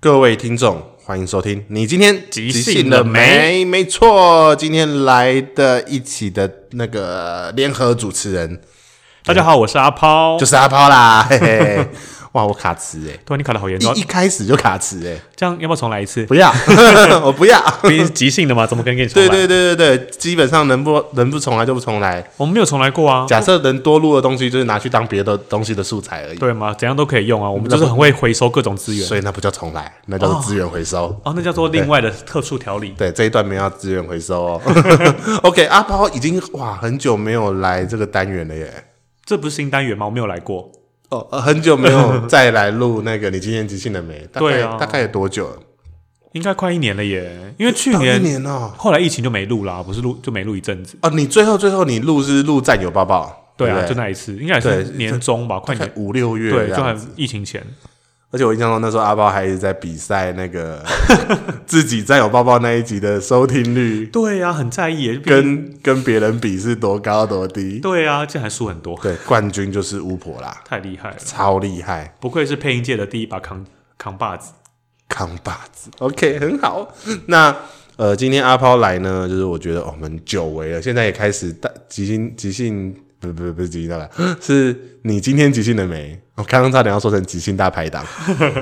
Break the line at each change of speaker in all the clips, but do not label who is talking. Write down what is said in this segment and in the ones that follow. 各位听众，欢迎收听。你今天
即
即
兴了
没？
没
没错，今天来的一起的那个联合主持人
大家好，我是阿抛。
就是阿抛啦。 嘿嘿，哇，我卡词哎、
突然你卡的好严重，
一一开始就卡词哎、
这样要不要重来一次？
不要， 我不要。
毕竟是即兴的嘛，怎么可能给你重
对
来？
对对对对，基本上能不能不重来就不重来。
我们没有重来过啊，
假设能多录的东西，就是拿去当别的东西的素材而已。
对吗？怎样都可以用啊，我们就是很会回收各种资源。
所以那不叫重来，那叫做资源回收。
哦，那叫做另外的特殊条理。
对，这一段没有要资源回收哦。OK，阿抛已经哇很久没有来这个单元了耶，
这不是新单元吗？我没有来过，
哦，呃很久没有再来录那个你今天即兴了没？ 大概
对啊
大概有多久了？
应该快一年了耶。因为去
到一
年
年哦。
后来疫情就没录啦，不是录就没录一阵子。
哦，你最后最后你录是录战友抱抱，
对
不
啊，
对
就那一次，应该也是
对
年中吧，快
大
年
概五六月
对，
这
就
样
还
子。
疫情前。
而且我印象中那时候阿包还一直在比赛那 个自己战友抱抱那一集的收听 率，
对啊，很在意耶，毕竟
跟跟别人比是多高多低。
对啊，竟然还输很多，
对，冠军就是巫婆啦，
太厉害了，
超厉害。
不愧是配音界的第一把扛扛把子。
扛把子。OK，很好。那呃，今天阿抛来呢，就是我觉得、哦、我们久违了，现在也开始大即兴即兴，不不不是即兴大排， 是你今天即兴了没？我刚刚差点要说成即兴大排档。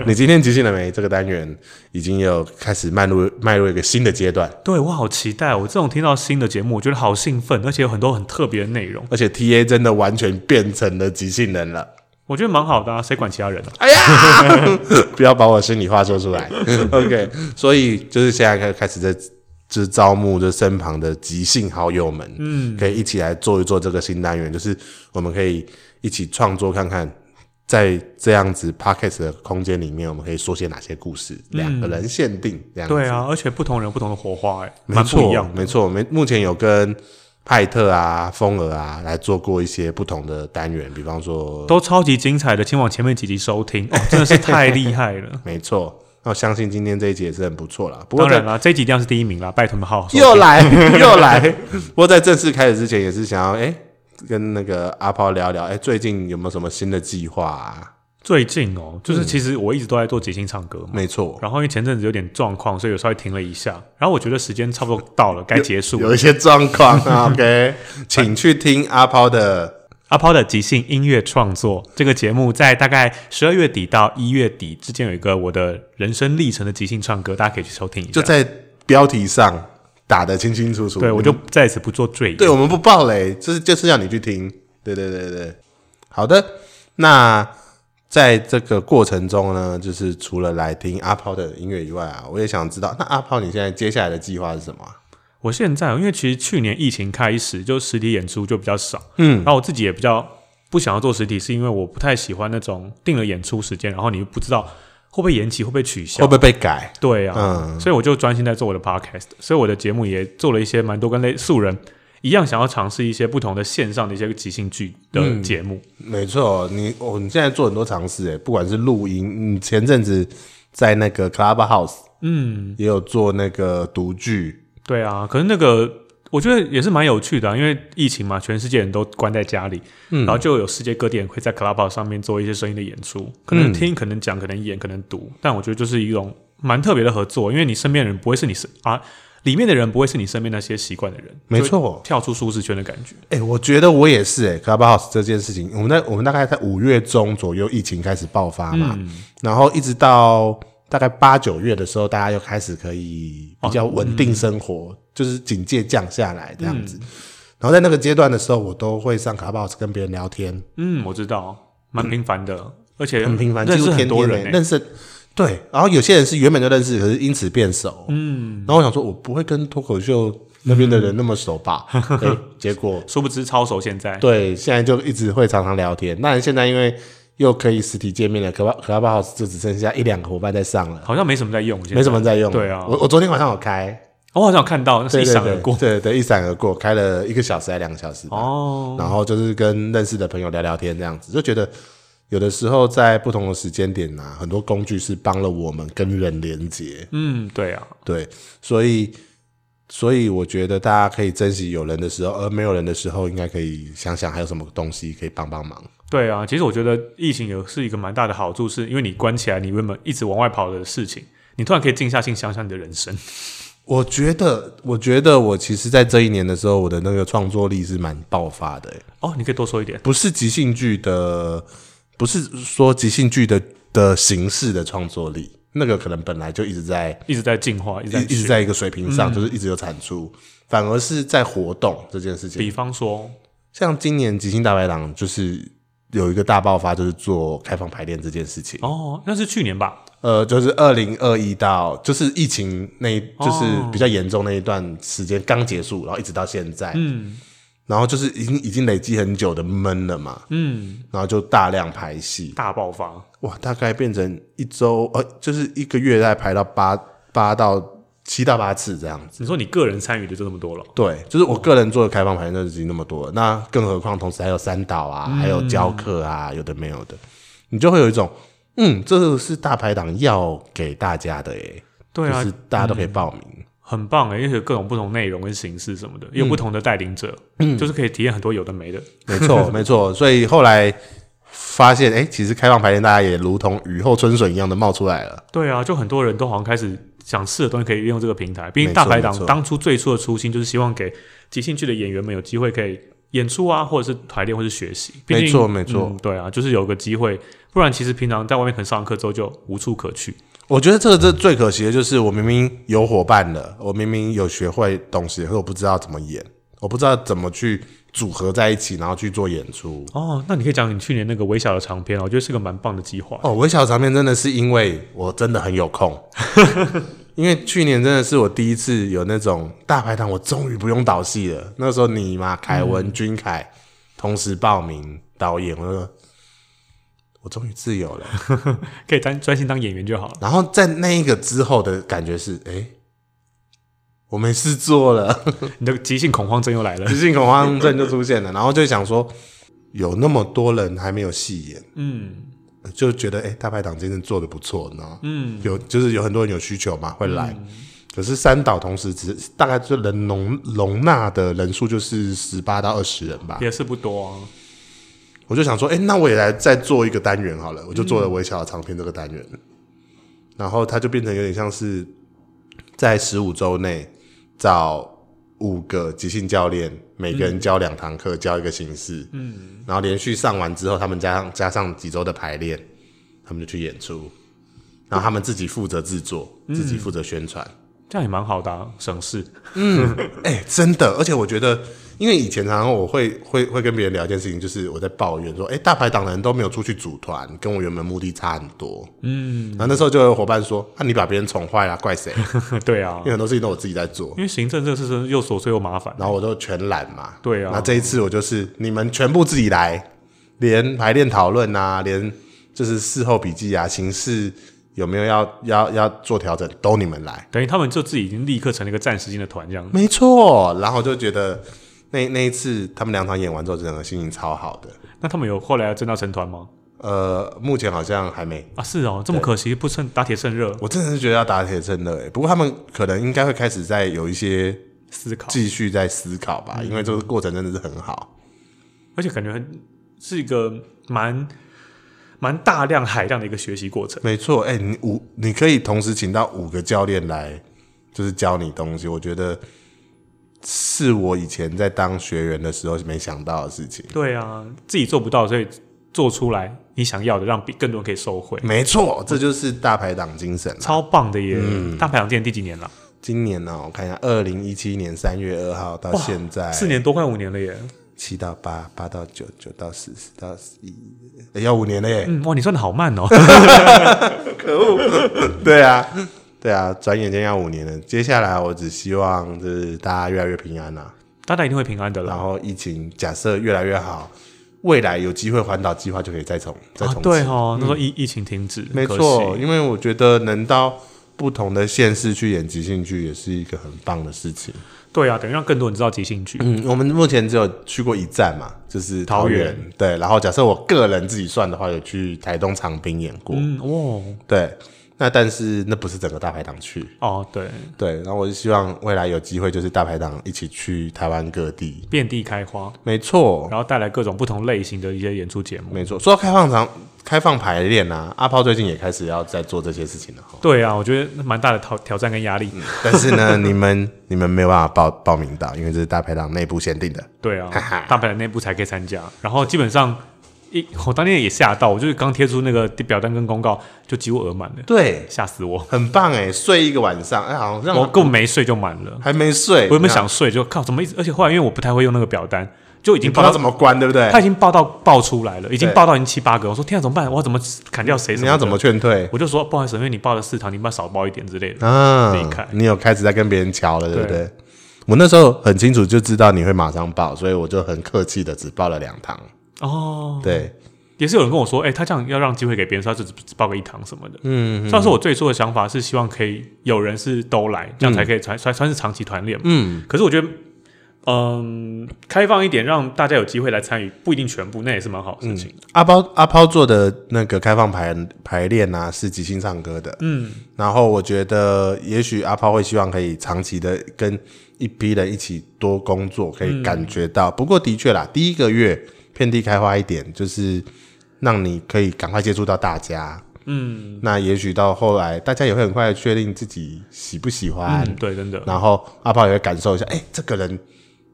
你今天即兴了没？这个单元已经有开始迈入迈入一个新的阶段，
对我好期待哦！我这种听到新的节目，我觉得好兴奋，而且有很多很特别的内容，
而且 TA 真的完全变成了即兴人了。
我觉得蛮好的啊。谁管其他人啊？
哎呀， 不要把我心里话说出来。OK，所以就是现在开开始在就是招募这身旁的即兴好友们，嗯，可以一起来做一做这个新单元，就是我们可以一起创作看看。在这样子 p o c k e t 的空间里面，我们可以说些哪些故事？两个人限定，这样子
对啊，而且不同人有不同的火花、哎，
没
蛮不一
错
样，的。
没错。没目前有跟派特啊、风儿啊来做过一些不同的单元，比方说！
都超级精彩的，请往前面几集收听哦，真的是太厉害了
没错。那我相信今天这一集也是很不错啦。不过
当
在
然啦，这一集一定要是第一名啦，拜托你们好好收
又
听。
来又来。不过在正式开始之前，也是想要哎、诶跟那个阿炮聊聊，哎、最近有没有什么新的计划、啊？
最近哦，就是其实我一直都在做即兴唱歌嘛，
没错，
然后因为前阵子有点状况，所以有稍微停了一下。然后我觉得时间差不多到了，该结束了。
有一些状 况啊。OK，请去听阿炮的。
阿抛的即兴音乐创作这个节目，在大概十二月底到一月底之间有一个我的人生历程的即兴唱歌，大家可以去收听一下。
就在标题上打得清清楚楚。
对我就在此不做赘言。
对我们不爆雷，就是就是要你去听。对对对对，好的。那在这个过程中呢，就是除了来听阿炮的音乐以外啊，我也想知道，那阿炮你现在接下来的计划是什么啊？
我现哦在因为其实去年疫情开始，就实体演出就比较少，嗯，然后我自己也比较不想要做实体，是因为我不太喜欢那种定了演出时间，然后你又不知道会不会延期，会不会取消
会，不会被改？
对啊，
哦嗯
所以我就专心在做我的 podcast，所以我的节目也做了一些蛮多跟类素人一样想要尝试一些不同的线上的一些即兴剧的节目。
没错，你哦，你现在做很多尝试诶，欸不管是录音，你前阵子在那个 Clubhouse，嗯，也有做那个独剧，
对啊，可是那个我觉得也是蛮有趣的啊、因为疫情嘛，全世界人都关在家里，
嗯
然后就有世界各地人会在 Clubhouse 上面做一些声音的演
嗯
出，可能听，可能讲，可能演，可能读，但我觉得就是一种蛮特别的合作，因为你身边的人不会是你身啊。里面的人不会是你身边那些习惯的人，
没错。
跳出舒适圈的感觉。
哎、我觉得我也是哎、c l u b h o u s e 这件事情，我们在我们大概在五月中左右疫情开始爆发嘛，然后一直到大概八九月的时候，大家又开始可以比较稳定生活，就是警戒降下来这样子。然后在那个阶段的时候，我都会上 Clubhouse 跟别人聊天，
嗯，我知道，蛮频繁的，而且
很频繁，
认
几
识
乎
很
天
多
天
人、
欸
欸。
认识。对，然后有些人是原本就认识，可是因此变熟。嗯，然后我想说，我不会跟脱口秀那边的人那么熟 吧？对，结果
殊不知超熟现在。
对，现在就一直会常常聊天。那现在因为又可以实体见面了，可巴可巴 house 就只剩下一两个伙伴在上了，
好像没什么在用，
没什
么。
么人在用。
对啊
我我昨天晚上有开，
我好像有看到，那是
对
一
对
闪而
对，
过。
对对，一闪而过，开了一个小时还两个小时吧。
哦，
然后就是跟认识的朋友聊聊天，这样子就觉得有的时候在不同的时间点啊，很多工具是帮了我们跟人连接，
嗯，对啊，
对，所以所以我觉得大家可以珍惜有人的时候，而没有人的时候，应该可以想想还有什么东西可以帮帮忙。
对啊。其实我觉得疫情也是一个蛮大的好处，是因为你关起来，你原本一直往外跑的事情，你突然可以静下心想想你的人生。
我觉得，我觉得我其实在这一年的时候，我的那个创作力是蛮爆发的、欸，
哦，你可以多说一点。
不是即兴剧的，不是说即兴剧的的形式的创作力，那个可能本来就一直在
一直在进化，一直
一
在
一直
学。
在一个水平
嗯
上，就是一直有产出，反而是在活动这件事情。
比方说，
像今年即兴大白狼就是有一个大爆发，就是做开放排练这件事情。
哦，那是去年吧？
呃，就是二零二一到就是疫情那一，就是
哦
比较严重那一段时间刚结束，然后一直到现在，
嗯
然后就是已经已经累积很久的闷了嘛，
嗯，
然后就大量排戏，
大爆发。
哇，大概变成一周呃，就是一个月大概排到八八到七到八次这样子。
你说你个人参与的就这么多了，
对，就是我个人做的开放排练就已经那么多了，那更何况同时还有三岛啊，还有教课啊，有的没有的，你就会有一种，嗯，这个是大排档要给大家的耶，
对啊
就是，大家都可以报名，
很棒哎、因为有各种不同内容跟形式什么的，也有不同的带领者，
嗯
就是可以体验很多有的没的。
没错 没错，所以后来发现，哎、其实开放排练大家也如同雨后春笋一样的冒出来了，
对啊，就很多人都好像开始想吃的东西可以利用这个平台。毕
没
竟
错
大排
没
档
错
当初最初的初心就是希望给即兴剧的演员们有机会可以演出啊，或者是排练，或是学习。毕竟
没错没错
嗯对啊，就是有个机会，不然其实平常在外面可能上完课之后就无处可去。
我觉得这个这最可惜的就是，我明明有伙伴了，我明明有学会东西，可是我不知道怎么演，我不知道怎么去组合在一起，然后去做演出。
哦，那你可以讲你去年那个微小的长篇啊，我觉得是个蛮棒的计划。
哦，微小长片真的是因为我真的很有空， 因为去年真的是我第一次有那种大排档，我终于不用导戏了。那时候你嘛，凯文、君凯同时报名导演，我就说我终于自由了。
可以专专心当演员就好了。
然后在那一个之后的感觉是，哎、我没事做了。
你的即兴恐慌症又来了
急。性恐慌症就出现了，然后就想说，有那么多人还没有戏演，
嗯
就觉得哎、诶大排档真的做的不错呢。
嗯，
有就是有很多人有需求嘛，会来。可是三岛同时只大概就能容容纳的人数就是十八到二十人吧，
也是不多啊。
我就想说，哎、那我也来再做一个单元好了，我就做了微小的长篇这个单元，然后它就变成有点像是在十五周内找五个即兴教练，每个人教两堂课，教一个形式，嗯，然后连续上完之后，他们加上加上几周的排练，他们就去演出，然后他们自己负责制作，自己负责宣传，
这样也蛮好的、啊，省事。
哎、真的，而且我觉得，因为以前常常我会会会跟别人聊一件事情，就是我在抱怨说，哎、大排档的人都没有出去组团，跟我原本目的差很多。嗯，然后那时候就有伙伴说，啊，你把别人宠坏了，怪谁？
对啊
因为，很多事情都我自己在做，
因为行政这个事情又琐碎又麻烦。
然后我都全揽嘛。
对啊
那这一次我就是你们全部自己来，连排练讨论啊，连就是事后笔记啊，形式有没有要要要做调整，都你们来。
等于他们就自己已经立刻成了一个暂时性的团这样。
没错，然后就觉得那那一次他们两场演完之后，整个心情超好的。
那他们有后来真到成团吗？
呃，目前好像还没，
啊，是哦，这么可惜，不趁打铁趁热
我真的是觉得要打铁趁热、欸。不过他们可能应该会开始在有一些
思考，
继续在思考吧，因为这个过程真的是很好。
而且感觉很是一个蛮蛮大量海量的一个学习过程。
没错，哎、你五你可以同时请到五个教练来，就是教你东西。我觉得是我以前在当学员的时候没想到的事情。
对啊，自己做不到，所以做出来你想要的，让比更多人可以受惠，
没错，这就是大排档精神啊。
超棒的耶！
嗯
大排档今年第几年了？
今年呢、哦我看一下，二零一七年三月二号到现在，
四年多，快五年了耶！
七到八，八到九，九到十，十到十一，诶要五年了耶！
嗯，哇，你算的好慢 哦。
对啊，对啊，转眼间要五年了。接下来我只希望就是大家越来越平安啊，
大家一定会平安的啦
然。后疫情假设越来越好，未来有机会环岛计划就可以再重再
啊
重、，嗯
对，哦，那时候疫疫情停止，
没
可
错，
惜，
因为我觉得能到不同的县市去演即兴剧也是一个很棒的事情。
对啊，等于让更多人知道即兴剧。
嗯，我们目前只有去过一站嘛，就是
桃
桃
园
园。
嗯
对，然后假设我个人自己算的话，有去台东长滨演过。
嗯，哇，
对，那但是那不是整个大排档去，
哦，对，
对。然后我就希望未来有机会，就是大排档一起去台湾各地。
遍地开花，
没错，
然后带来各种不同类型的一些演出节目。
没错。说到开放场、开放排练啊，阿炮最近也开始要在做这些事情了 哈。
对啊，我觉得蛮大的挑挑战跟压力。
但是呢，你们你们没有办法报报名到，因为这是大排档内部限定的。
对啊，大排档内部才可以参加。然后基本上一，我当天也吓到，我就是刚贴出那个表单跟公告，就几乎额满了，
对，
吓死我！
很棒哎，睡一个晚上，哎，好像
我根本没睡就满了，
还没睡。
我原本想睡就靠，怎么一直？而且后来因为我不太会用那个表单，就已
你
经
不
报
知道
到
怎么关，对不对
他？已经报到报出来了，已经
对
报到已经七八个。我说天啊，怎么办？我要怎么砍掉谁？
你要怎么？劝退
我就说不好意思，因为你报了四堂，你帮少报一点之类的。
啊
离开？
你有开始在跟别人瞧了，对不
对
对？我那时候很清楚就知道你会马上报，所以我就很客气的只报了两堂。
哦，
对，
也是有人跟我说，哎、他这样要让机会给别人，所以他就只只报个一堂什么的。嗯，虽然说我最初的想法是希望可以有人是都来，这样才可以才才算是长期团练嘛。
嗯，
可是我觉得，嗯，开放一点，让大家有机会来参与，不一定全部，那也是蛮好的事情。
阿包阿包做的那个开放排排练啊，是即兴唱歌的。
嗯，
然后我觉得，也许阿炮会希望可以长期的跟一批人一起多工作，可
嗯
以感觉到。不过的确啦，第一个月遍地开花一点，就是让你可以赶快接触到大家。嗯，那也许到后来，大家也会很快地确定自己喜不喜欢，
嗯，对，真的。
然后阿炮也会感受一下，哎、这个人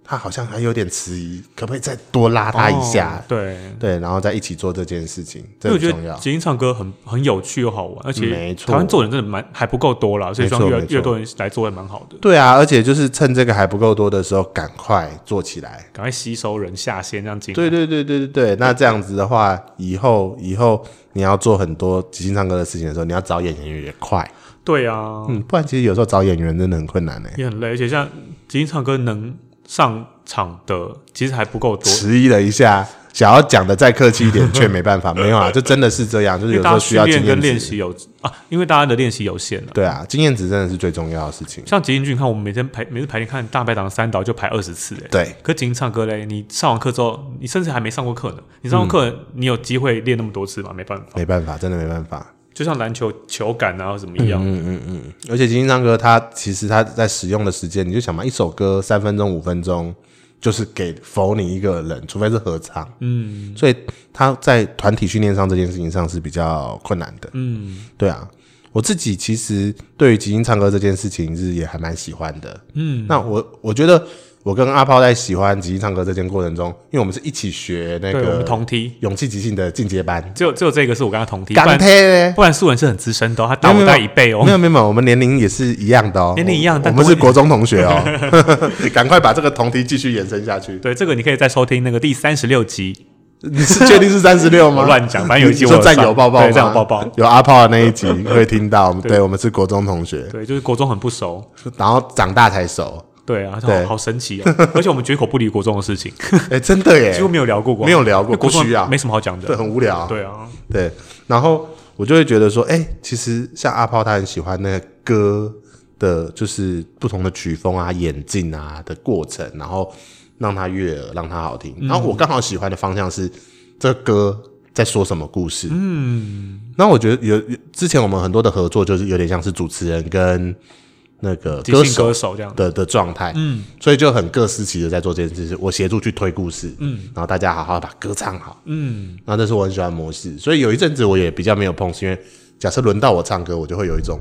他好像还有点迟疑，可不可以再多拉他一下
哦？对，
对，然后再一起做这件事情，这
因
很
为我觉
重
得
要。嗯
即兴唱歌很很有趣又好玩，而
没
且
错
台湾做人真的蛮还不够多啦，所以希
没
望
错
越
没错
越多人来做也蛮好的，
对啊，而且就是趁这个还不够多的时候，赶快做起来。
赶快吸收人下线这样进来。啊
对对对对对对，那这样子的话，以后以后你要做很多即兴唱歌的事情的时候，你要找演员也快，
对啊，
嗯，不然其实有时候找演员真的很困难呢、欸
也很累，而且像即兴唱歌能上场的其实还不够多，
迟疑了一下，想要讲的再客气一点，却没办法，没有啊，就真的是这 样，就是
因
有时
为大
候
家
需要
训
经
练跟
验
练
值。
习有啊，因为大家的练习有限了。
对啊，经验值真的是最重要的事情。
像即兴剧，你看我们每天排每次排练看大排档三导就排二十次哎、
对，
可即兴唱歌嘞，你上完课之后，你甚至还没上过课呢。你上过课，你有机会练那么多次吗？没办法，
嗯没办法，真的没办法。
就像篮球球感啊或怎么一样，
嗯而且即兴唱歌，它其实它在使用的时间，你就想嘛，一首歌三分钟、五分钟，就是给否你一个人，除非是合唱，嗯，所以他在团体训练上这件事情上是比较困难的，
嗯，
对啊。我自己其实对于即兴唱歌这件事情是也还蛮喜欢的，嗯，那我我觉得我跟阿炮在喜欢即兴唱歌这件过程中，因为我们是一起学那
对我们
个
同梯，
勇气即兴的进阶班，
只有只有这个是我跟他同梯，不
钢
然
铁嘞，
不然素人是很资深的、哦，他打我大一倍哦
没。有没有，没有，我们年龄也是一样的哦，
年龄一样
我
但
们
多
是国中同学 哦。赶快把这个同题继续延伸下去。
对，这个你可以再收听那个第三十六集，
你是确定是三十六吗？
我 乱讲反正有一集
你说
我有
战
上
友抱抱吗，
对战友抱抱
有阿炮的那一集会听到。我们对，我们是国中同学，
对，就是国中很不熟，
然后长大才熟。
对啊，
对
好好神奇哦。而且我们绝口不离国中的 事情，
哎，真的耶
几，乎没有聊过国，
没有聊过
因为国中
不需要
没什么好讲
对，
的，
很无聊。
对啊，
对，然后我就会觉得说，哎，其实像阿炮他很喜欢那个歌的，就是不同的曲风啊、演进啊的过程，然后让它悦耳，让它好听。
嗯
然后我刚好喜欢的方向是这个歌在说什么故事。嗯，那我觉得有有之前我们很多的合作，就是有点像是主持人跟那个
即
歌
兴
手
歌手这样，
的的状态，嗯，所以就很各司其职在做这件事，我协助去推故事，嗯，然后大家好好把歌唱好，嗯，然后这是我很喜欢的模式，所以有一阵子我也比较没有碰，是因为假设轮到我唱歌，我就会有一种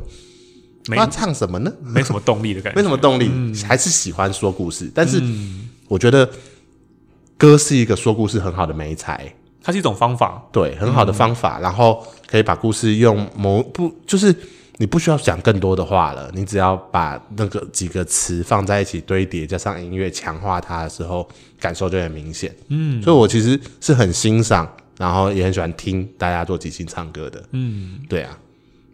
没
要唱什么呢？
没什么动力的感
没 嗯
觉。
什么动力，还是喜欢说故事，但是我觉得歌是一个说故事很好的媒材，
它是一种方法，
对，很好的方法，然后可以把故事用某不就是你不需要讲更多的话了，你只要把那个几个词放在一起堆叠，加上音乐强化它的时候，感受就很明显。嗯，所以我其实是很欣赏，然后也很喜欢听大家做即兴唱歌的。嗯，对啊，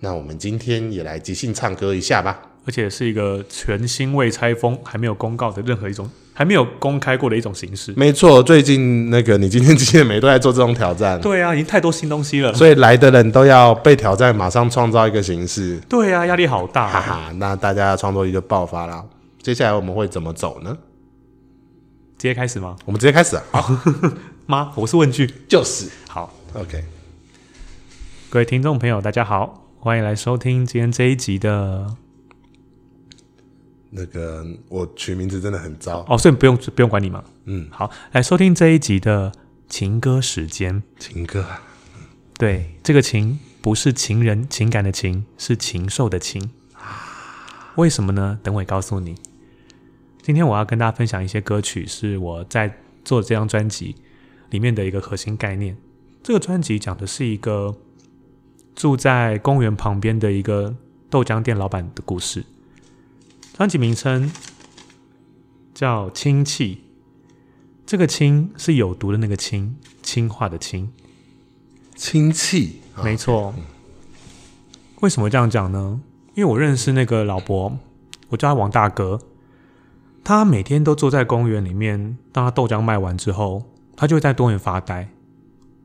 那我们今天也来即兴唱歌一下吧。
而且是一个全新未拆封、还没有公告的任何一种，还没有公开过的一种形式。
没错，最近那个你今天、今天每都在做这种挑战，
对啊，已经太多新东西了。
所以来的人都要被挑战，马上创造一个形式。
对啊，压力好
哈
大。
哈，那大家的创作力就爆发啦。接下来我们会怎么走呢？
直接开始吗？
我们直接开始啊！
妈，我是问句。
就是
好，
OK，
各位听众朋友，大家好，欢迎来收听今天这一集的
那个我取名字真的很糟，
哦，所以不用不用管你嘛。
嗯，
好，来收听这一集的情歌时间。
情歌啊，
对，这个情不是情人情感的情，是禽兽的禽。为什么呢？等我也告诉你。今天我要跟大家分享一些歌曲，是我在做这张专辑里面的一个核心概念。这个专辑讲的是一个住在公园旁边的一个豆浆店老板的故事。专辑名称叫《氢气》，这个“氢”是有毒的那个“氢”，氢化的“氢”。
亲戚，啊
没错。为什么这样讲呢？因为我认识那个老伯，我叫他王大哥，他每天都坐在公园里面，当他豆浆卖完之后，他就会在公园发呆。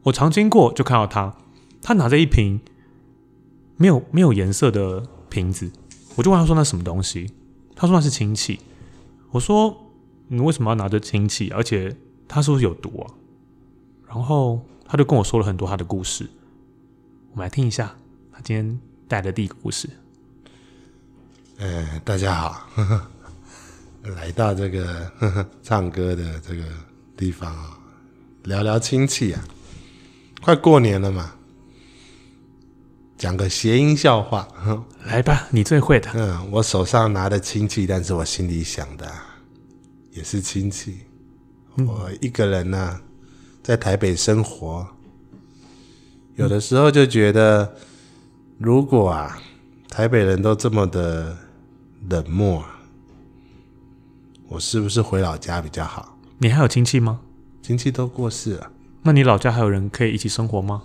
我常经过就看到他，他拿着一瓶没有没有颜色的瓶子，我就问他说那什么东西，他说那是氢气。我说你为什么要拿着氢气？而且他是不是有毒啊？然后他就跟我说了很多他的故事，我们来听一下他今天带来的第一个故事。
呃，大家好， 呵呵来到这个 呵呵唱歌的这个地方啊、聊聊亲戚啊。快过年了嘛，讲个谐音笑话。啊呵
来吧，你最会的。
嗯，我手上拿的亲戚，但是我心里想的啊也是亲戚。我一个人呢、在台北生活，有的时候就觉得，如果啊，台北人都这么的冷漠啊，我是不是回老家比较好？
你还有亲戚吗？
亲戚都过世了，
那你老家还有人可以一起生活吗？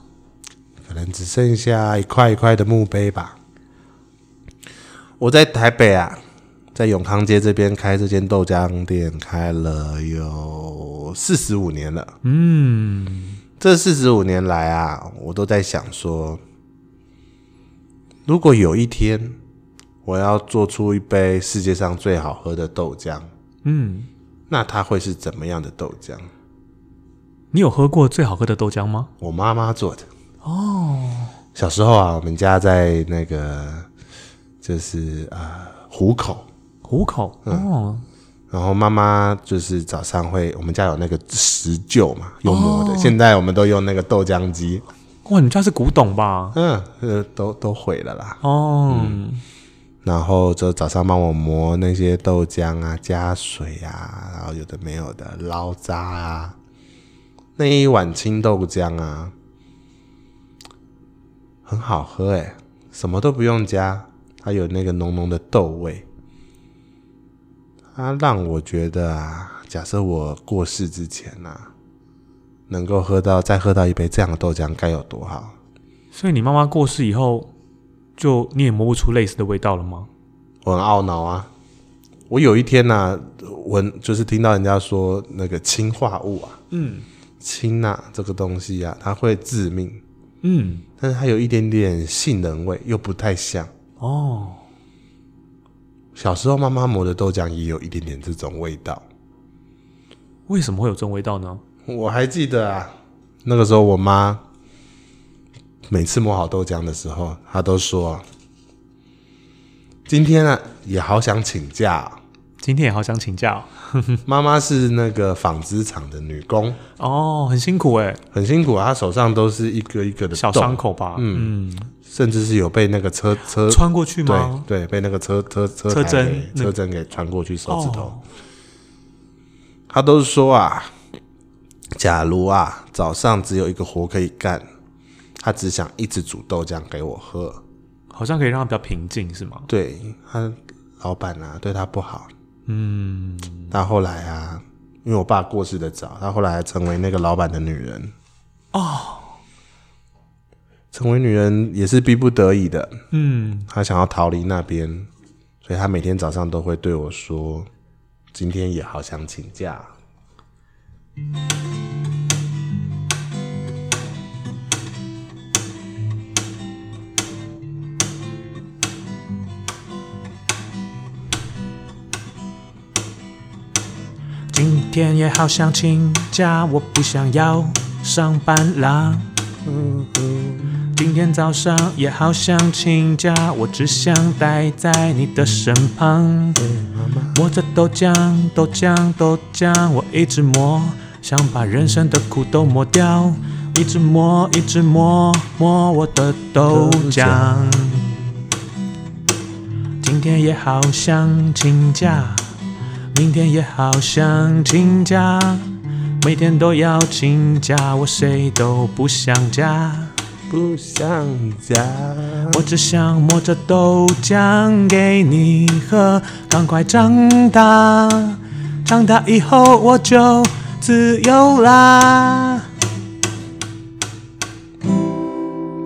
可能只剩下一块一块的墓碑吧。我在台北啊，在永康街这边开这间豆浆店，开了有四十五年了。嗯，这四十五年来啊，我都在想说，如果有一天我要做出一杯世界上最好喝的豆浆，
嗯，
那它会是怎么样的豆浆？
你有喝过最好喝的豆浆吗？
我妈妈做的。哦，小时候啊，我们家在那个就是啊、虎口，
虎口、哦，
然后妈妈就是早上会，我们家有那个石臼嘛，用磨的。现在我们都用那个豆浆机，
哇，你家是古董吧？
嗯，呃都都毁了啦。
哦，
然后就早上帮我磨那些豆浆啊，加水啊，然后有的没有的捞渣啊。那一碗青豆浆啊，很好喝哎、什么都不用加，它有那个浓浓的豆味。它让我觉得啊，假设我过世之前啊，能够喝到再喝到一杯这样的豆浆，该有多好！
所以你妈妈过世以后，就你也摸不出类似的味道了吗？
我很懊恼啊。我有一天呢、啊，闻就是听到人家说那个氰化物啊，嗯，氢钠、这个东西啊，它会致命，
嗯，
但是它有一点点杏仁味，又不太像。
哦，
小时候妈妈磨的豆浆也有一点点这种味道，
为什么会有这种味道呢？
我还记得啊，那个时候我妈每次磨好豆浆的时候，她都说：“今天啊，也好想请假哦、
今天也好想请假哦，
妈妈是那个纺织厂的女工，
哦很辛苦哎、
很辛苦啊，她手上都是一个一个的
小
洞
伤，口吧？呃嗯，
甚至是有被那个车车
穿过去吗？
对对，被那个车车车
车
台
针
给
那
车针给穿过去手指头。
哦
他都说啊，假如啊早上只有一个活可以干，他只想一直煮豆浆给我喝。
好像可以让他比较平静，是吗？
对他老板啊对他不好，嗯，他后来啊，因为我爸过世的早，他后来还成为那个老板的女人哦。成为女人也是逼不得已的，
嗯，
他想要逃离那边，所以他每天早上都会对我说：“今天也好想请假。”
今天也好想请假，我不想要上班啦。今天早上也好想请假，我只想待在你的身旁。磨着豆浆，豆浆，豆浆，我一直磨，想把人生的苦都磨掉，一直磨，一直磨，磨我的
豆
豆浆
浆。
今天也好想请假，明天也好想请假，每天都要请假，我谁都不想嫁。
不想家。
我只想摸着豆浆给你喝，赶快长大，长大以后我就自由啦。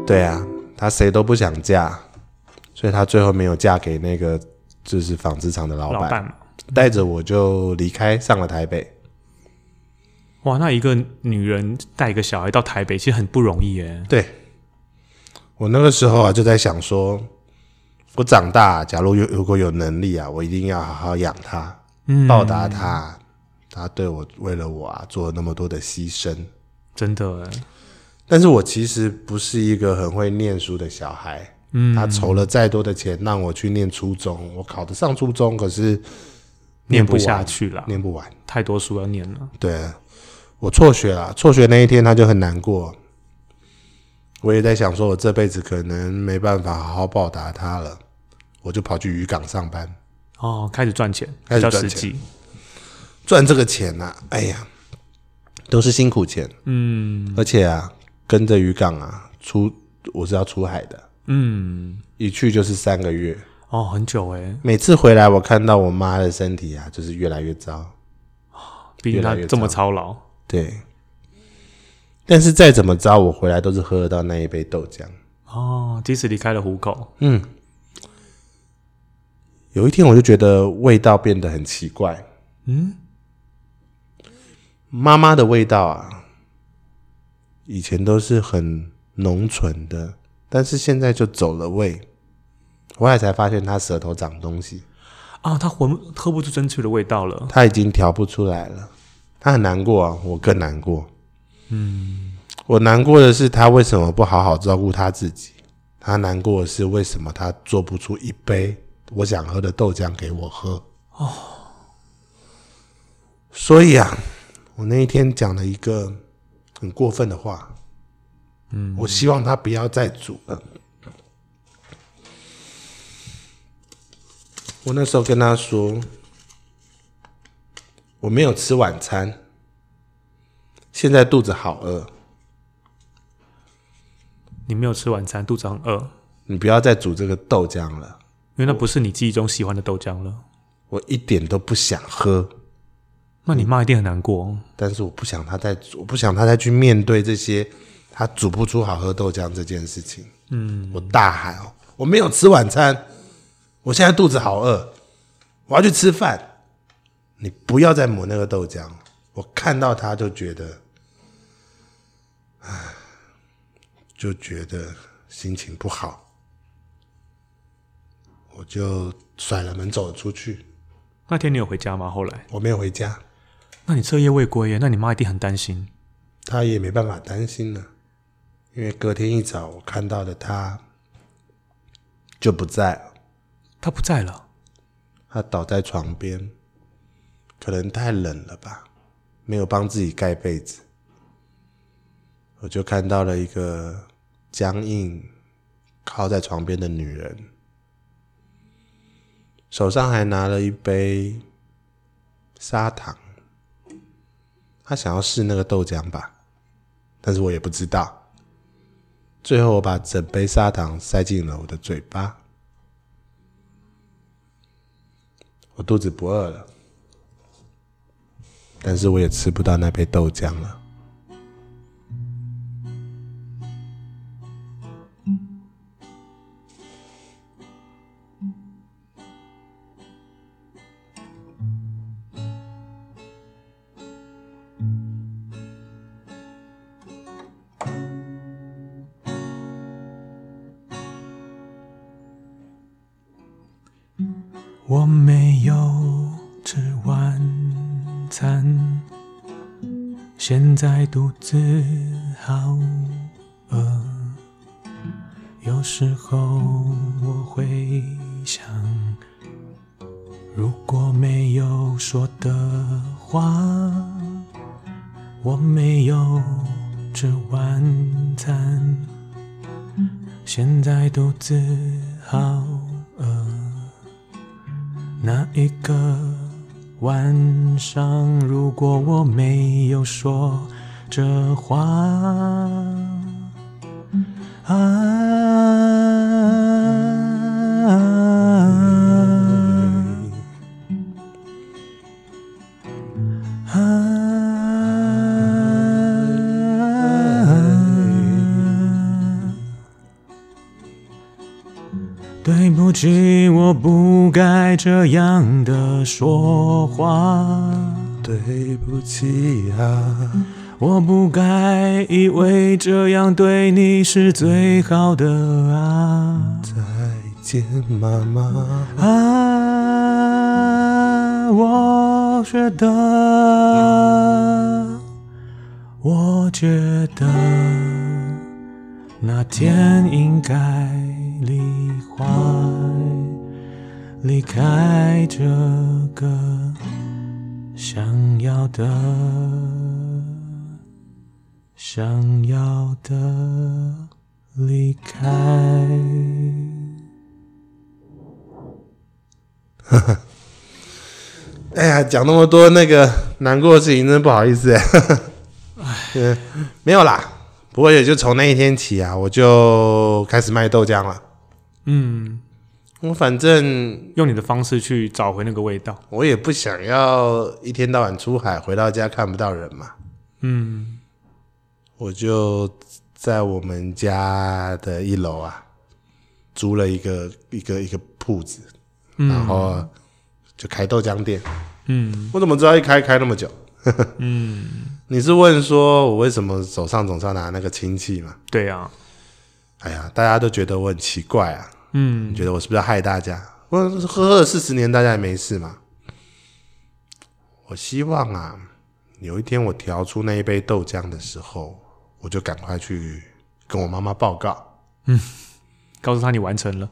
对啊，她谁都不想嫁，所以她最后没有嫁给那个就是纺织厂的老
老
板，
板，
带着我就离开，上了台北。
哇，那一个女人带一个小孩到台北，其实很不容易耶。
对，我那个时候啊，就在想说，我长大，假如有如果有能力啊，我一定要好好养他，
嗯
报答他，他对我为了我啊做了那么多的牺牲。
真的耶，
但是我其实不是一个很会念书的小孩，
嗯，
他筹了再多的钱让我去念初中，我考得上初中，可是
念
不
不
完
下去了，
念不完。
太多书要念了。
对我辍学了，辍学那一天他就很难过。我也在想，说我这辈子可能没办法好好报答他了，我就跑去渔港上班，
哦，开始赚钱，
开
比
始
较
赚
实
钱
际。
赚这个钱呐、啊，哎呀，都是辛苦钱，
嗯
而且啊，跟着渔港啊出，我是要出海的，
嗯，
一去就是三个月，
哦，很久哎，
每次回来我看到我妈的身体啊，就是越来越糟，
毕竟
越来
他
越
这么
糟
操劳。
对。但是再怎么糟，我回来都是喝得到那一杯豆浆。
哦，即使离开了虎口，
嗯，有一天我就觉得味道变得很奇怪，
嗯，
妈妈的味道啊，以前都是很浓醇的，但是现在就走了味。我后来才发现她舌头长东西，
啊，他闻喝不出真去的味道了。
她已经调不出来了，她很难过啊，我更难过。嗯，我难过的是她为什么不好好照顾她自己，她难过的是为什么她做不出一杯我想喝的豆浆给我喝。哦，所以啊，我那一天讲了一个很过分的话，嗯，我希望她不要再煮了。我那时候跟她说，我没有吃晚餐，现在肚子好饿，
你没有吃晚餐，肚子很饿，
你不要再煮这个豆浆了，
因为那不是你记忆中喜欢的豆浆了。
我一点都不想喝，
那你妈一定很难过。
但是我不想他再煮，我不想他再去面对这些他煮不出好喝豆浆这件事情。嗯，我大喊哦，我没有吃晚餐，我现在肚子好饿，我要去吃饭。你不要再抹那个豆浆，我看到他就觉得，唉，就觉得心情不好，我就甩了门走了出去，
那天你有回家吗？后来，
我没有回家，
那你彻夜未归耶，那你妈一定很担心。
他也没办法担心了，因为隔天一早我看到的他就不在了，
她不在了，
他倒在床边，可能太冷了吧，没有帮自己盖被子，我就看到了一个僵硬靠在床边的女人，手上还拿了一杯砂糖，他想要试那个豆浆吧，但是我也不知道。最后，我把整杯砂糖塞进了我的嘴巴。我肚子不饿了，但是我也吃不到那杯豆浆了。
我没有吃晚餐，现在肚子好饿，有时候我会想，如果没有说的话，我没有吃晚餐，现在肚子好饿。那一个晚上，如果我没有说这话，啊。
嗯
啊对不起，我不该这样的说话，
对不起啊，
我不该以为这样对你是最好的啊
再见妈妈。
啊！我觉得，我觉得那天应该离开，离开这个想要的。想要的离开。
哎呀，讲那么多那个难过的事情，真不好意思、哎。嗯，没有啦，不过也就从那一天起啊，我就开始卖豆浆了。
嗯，
我反正
用你的方式去找回那个味道。
我也不想要一天到晚出海，回到家看不到人嘛，
嗯，
我就在我们家的一楼啊，租了一个一个一个铺子，
嗯
然后就开豆浆店。
嗯
我怎么知道一开开那么久？
嗯，
你是问说我为什么手上总是要拿那个氢气嘛？
对啊，
哎呀，大家都觉得我很奇怪啊，
嗯
你觉得我是不是要害大家？我喝了四十年，大家也没事嘛。我希望啊，有一天我调出那一杯豆浆的时候，我就赶快去跟我妈妈报告，
告诉他你完成了。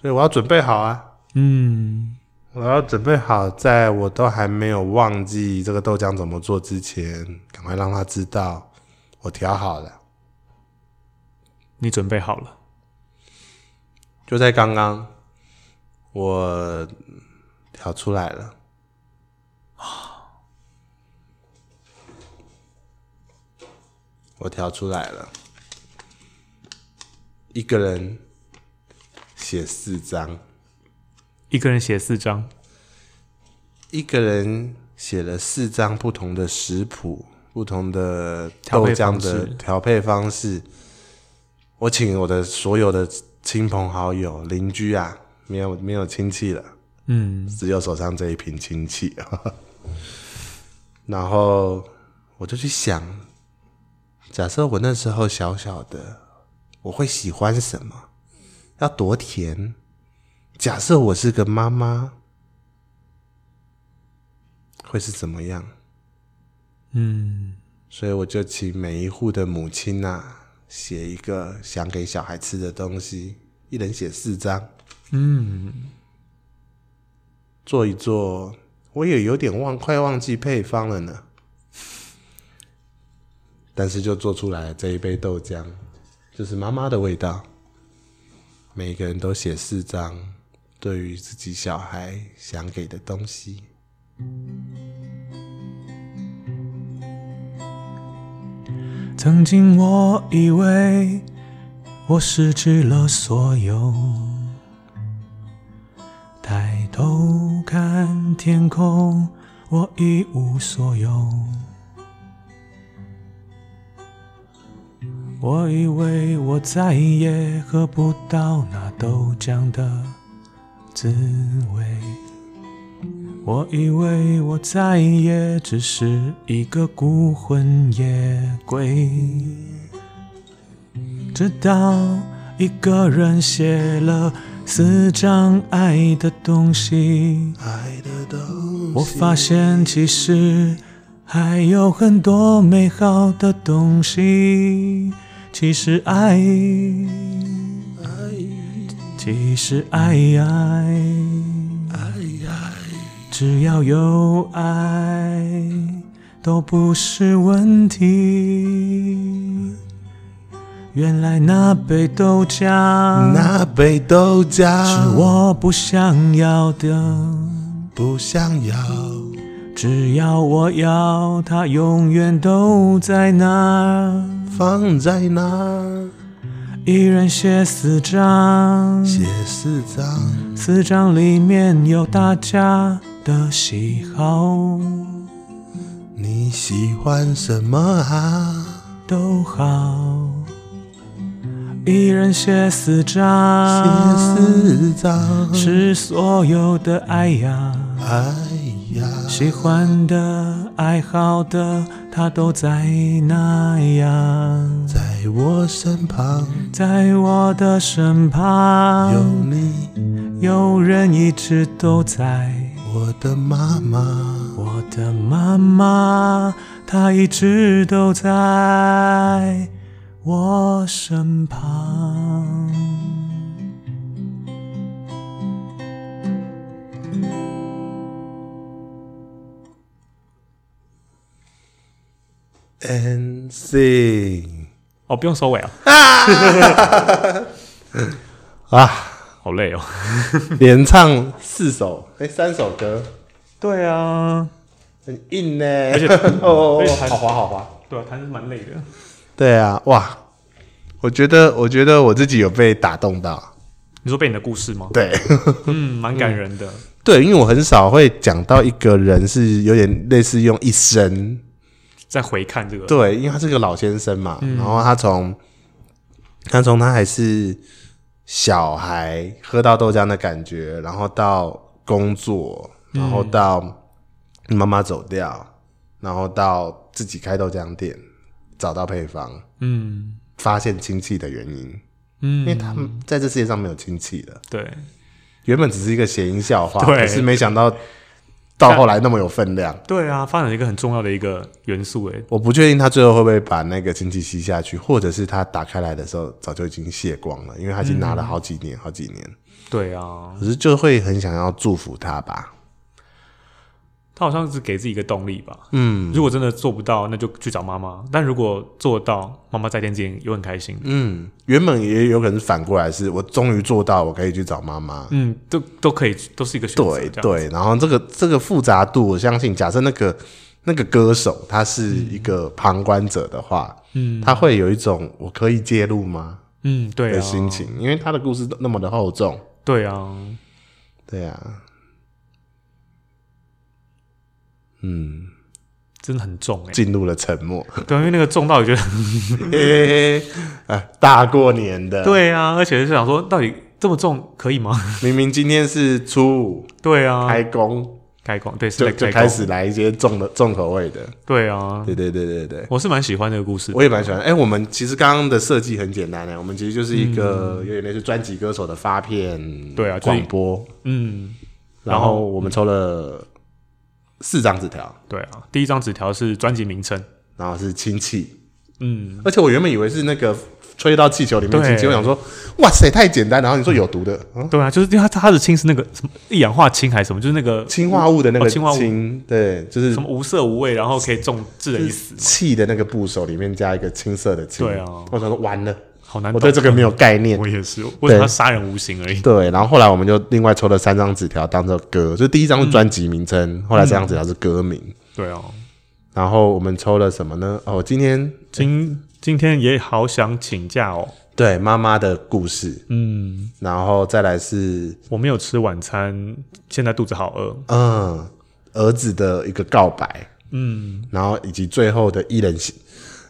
所以我要准备好啊，
嗯
我要准备好，在我都还没有忘记这个豆浆怎么做之前，赶快让他知道我调好了。，
你准备好了？
就在刚刚，我调出来了。我调出来了，一个人写四张，
一个人写四张，
一个人写了四张不同的食谱，不同的
调
豆
配
浆
方
的
式
调配方式。我请我的所有的亲朋好友、邻居啊，没有没有亲戚了。
嗯
只有手上这一瓶氢气， 然后我就去想，假设我那时候小小的，我会喜欢什么？要多甜？假设我是个妈妈，会是怎么样？
嗯，
所以我就请每一户的母亲呐、写一个想给小孩吃的东西，一人写四张。
嗯，
做一做，我也有点忘，快忘记配方了呢。但是就做出来这一杯豆浆，就是妈妈的味道。每个人都写四张，对于自己小孩想给的东西。
曾经我以为我失去了所有，抬头看天空，我一无所有。我以为我再也喝不到那豆浆的滋味，我以为我再也只是一个孤魂野鬼，直到一个人写了四张爱的东西，
爱的东
我发现其实还有很多美好的东西，其实爱。其实爱爱爱爱，只要有爱，都不是问题。原来那杯豆浆，
那杯豆浆
是我不想要的，
不想要，
只要我要，它永远都在那儿。
放在那
一人写四张，
写四张，
四张里面有大家的喜好，
你喜欢什么啊？
都好。一人写四
写
张，
四张，
是所有的爱呀，
哎呀，
喜欢的、爱好的，它都在那呀，
在我身旁
在我的身旁，
有你，
有人一直都在。
我的妈妈。
我的妈妈，她一直都在我身旁。
And sing
哦，不用收尾啊，
啊，
好累哦。
连唱四首，哎、三首歌，
对啊，
很硬呢、而且 哦
而且，还
好滑好滑。
对啊，还是蛮累的。
对啊，哇，我觉得，我觉得我自己有被打动到。
你说被你的故事吗？
对，
嗯，蛮感人的。
对，因为我很少会讲到一个人是有点类似用一生，
再回看这个，
对，因为他是个老先生嘛，然后他从他从他还是小孩喝到豆浆的感觉，然后到工作，然后到妈妈走掉，然后到自己开豆浆店，找到配方，
嗯
发现亲戚的原因，因为
嗯，
他们在这世界上没有亲戚的。
对，
原本只是一个谐音笑话，
对
可是没想到到后来那么有分量。
对啊，发展了一个很重要的一个元素，哎，
我不确定他最后会不会把那个亲戚吸下去，或者是他打开来的时候早就已经卸光了，因为他已经拿了好几年、好几年。
对啊，
可是就会很想要祝福他吧。
他好像是给自己一个动力吧。
嗯
如果真的做不到，那就去找妈妈；但如果做到，妈妈在天之间也会很开心。
嗯，原本也有可能是反过来是，我终于做到，我可以去找妈妈。
嗯，都都可以，都是一个选择。
对
这样，
对，然后这个这个复杂度，我相信，假设那个那个歌手他是一个旁观者的话，
嗯
他会有一种我可以介入吗？
嗯，对
的
啊，
心情，因为他的故事都那么的厚重。
对啊，
对啊，嗯，
真的很重哎、
进入了沉默。
对啊，因为那个重到我觉得，
嘿嘿嘿，啊，大过年的，，
对啊，而且是想说，到底这么重可以吗？
明明今天是初五
对啊，
开工，
开工，对，是
就
在
就
开
开
工，
始来一些重的重口味的。
对啊，
对对对对对，
我是蛮喜欢这个故事的。
我也蛮喜欢。哎，我们其实刚刚的设计很简单的，啊我们其实就是一个有点类似专辑歌手的发片，
嗯对啊就是
广播，
嗯，
然
然
后
后
我们抽了四张纸条，
对啊，第一张纸条是专辑名称，
然后是亲戚。
嗯，
而且我原本以为是那个吹到气球里面
对
亲戚，我想说，哇塞，太简单。然后你说有毒的，嗯，
对啊，就是因为它它的氢是那个什么一氧化氢还是什么，就是那个
氰化物的那个
哦氰化物
氰对，就是
什么无色无味，然后可以重致人于死，
气的那个部首里面加一个青色的青。
对啊
我想说完了，
好难
我
懂。
对这个没有概念
我。也是，为什么要杀人无形而已？
对，然后后来我们就另外抽了三张纸条当做歌，就第一张是专辑名
嗯
称，后来三张纸条是歌名。
对啊，
然后我们抽了什么呢？哦，今天
今今天也好想请假哦。
对妈妈的故事，
嗯，
然后再来是
我没有吃晚餐，现在肚子好饿。
嗯儿子的一个告白，
嗯，
然后以及最后的一人写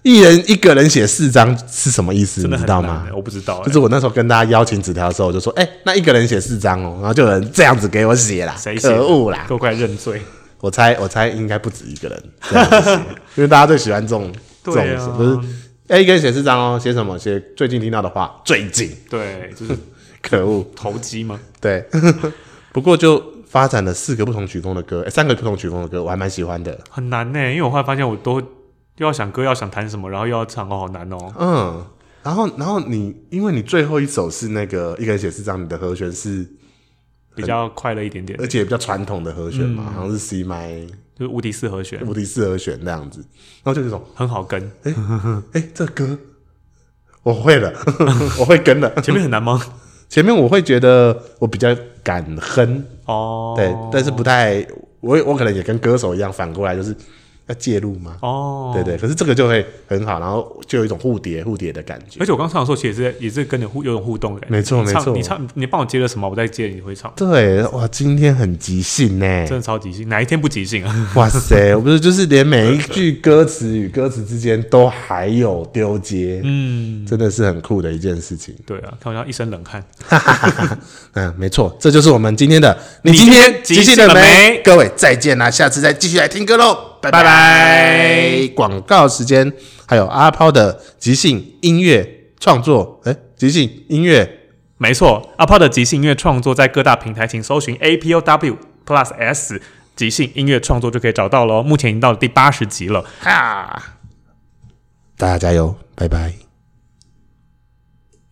一人一个人写四张是什么意思？
真
你
的
知
很
道
难
吗
欸？我不知道欸，
就是我那时候跟大家邀请纸条的时候，我就说：“哎、那一个人写四张哦。”然后就有人这样子给我写啦，
谁写的
可恶啦！
都快认罪。
我猜，我猜应该不止一个人这样子写， 因为大家最喜欢这种这种
对
事
啊，
就是哎、一个人写四张哦，写什么？写最近听到的话，最近，
对，就是
可恶，
投机吗？
对。不过就发展了四个不同曲风的歌，哎三个不同曲风的歌，我还蛮喜欢的。
欸很难呢，因为我后来发现我都又要想歌，又要想弹什么，然后又要唱，哦，好难哦。
嗯，然后，然后你因为你最后一首是那个一个人写四张，你的和弦是
比较快乐一点点
而，且比较传统的和弦嘛，
嗯
好像是 C 麦
就是无敌四和弦，
无敌四和弦那样子，然后就那种，
很好跟，
哎、这歌我会了， 我会跟了。
前面很难吗？
前面我会觉得我比较敢哼，
哦，
对，但是不太，我我可能也跟歌手一样，反过来就是要介入嘛，
哦，
对对，可是这个就会很好，然后就有一种互叠互叠的感觉
而。且我刚唱的时候，其实也是也是跟你互有种互动的感觉，
没错
你唱
没错
你唱你帮我接了什么，我再接你会唱，
对，哇，今天很即兴呢，
真的超即兴，哪一天不即 兴啊？
哇塞，我不是就是连每一句歌词与歌词之间都还有丢接，嗯，真的是很酷的一件事情。
对啊，看我像一身冷汗。
嗯，没错，这就是我们今天的。你
今
今
天
天
即
即兴
兴
了
了
没？
没
各位再见啦，下次再继续来听歌喽，拜拜
拜拜
广告时间，还有阿抛的即兴音乐创作，哎，即兴音乐
没错，APO 的即兴音乐创作在各大平台请搜寻 APOW Plus S 即兴音乐创作就可以找到喽。目前已经到了第八十集了。
哈，大家加油，拜拜。